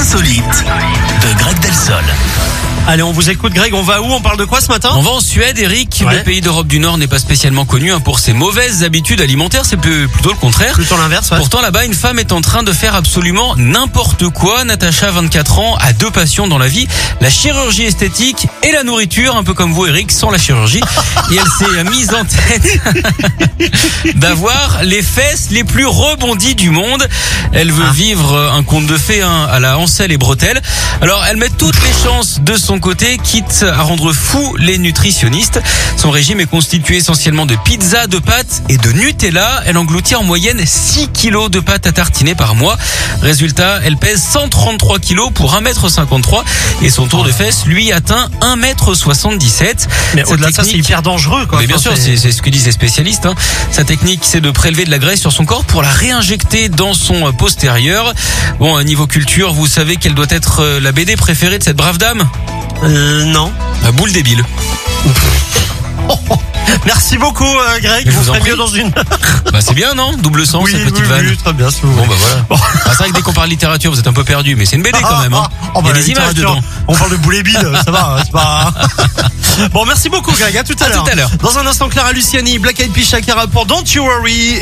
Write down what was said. insolite de Greg Delsol. Allez, on vous écoute, Greg. On va où On parle de quoi ce matin On va en Suède, Eric. Ouais. Le pays d'Europe du Nord n'est pas spécialement connu hein, pour ses mauvaises habitudes alimentaires, c'est plus- plutôt le contraire. Plutôt l'inverse, ouais. Pourtant, là-bas, une femme est en train de faire absolument n'importe quoi. Natacha, 24 ans, a deux passions dans la vie, la chirurgie esthétique et la nourriture, un peu comme vous, Eric, sans la chirurgie. Et elle s'est mise en tête d'avoir les fesses les plus rebondies du monde. Elle Ah. veut vivre euh, un conte de fées hein, à la Ancelle et Bretelle. Alors, elle met toutes les chances de son côté, quitte à rendre fous les nutritionnistes. Son régime est constitué essentiellement de pizza, de pâtes et de Nutella. Elle engloutit en moyenne 6 kilos de pâtes à tartiner par mois. Résultat, elle pèse 133 kilos pour 1m53 et son tour de fesses, lui, atteint 1m77. Ah. Mais Cette au-delà de ça, c'est technique- hyper dangereux, quoi. mais bien Enfin, sûr, c'est c'est ce que disent les spécialistes. hein. Sa technique, c'est de prélever de la graisse sur son corps pour la réinjecter dans son euh, postérieur. Bon, euh, niveau culture, vous savez quelle doit être euh, la BD préférée de cette brave dame Euh, non. La boule débile. Merci beaucoup, euh, Greg. Mais je vous vous en ferez prie. mieux dans une. Bah c'est bien, non Double sens, cette petite vanne. très bien, si vous Bon voulez. bah voilà. Bah, c'est vrai que dès qu'on parle littérature, vous êtes un peu perdu, mais c'est une BD quand même. Hein. Ah, ah, ah, Il y bah, la a des images littérature. dedans. On parle de boulet bide, ça va, c'est pas. bon, merci beaucoup, Greg. À tout à À l'heure. tout à l'heure. Dans un instant, Clara Luciani, Black Eyed Peas, Shakira pour Don't You Worry. Et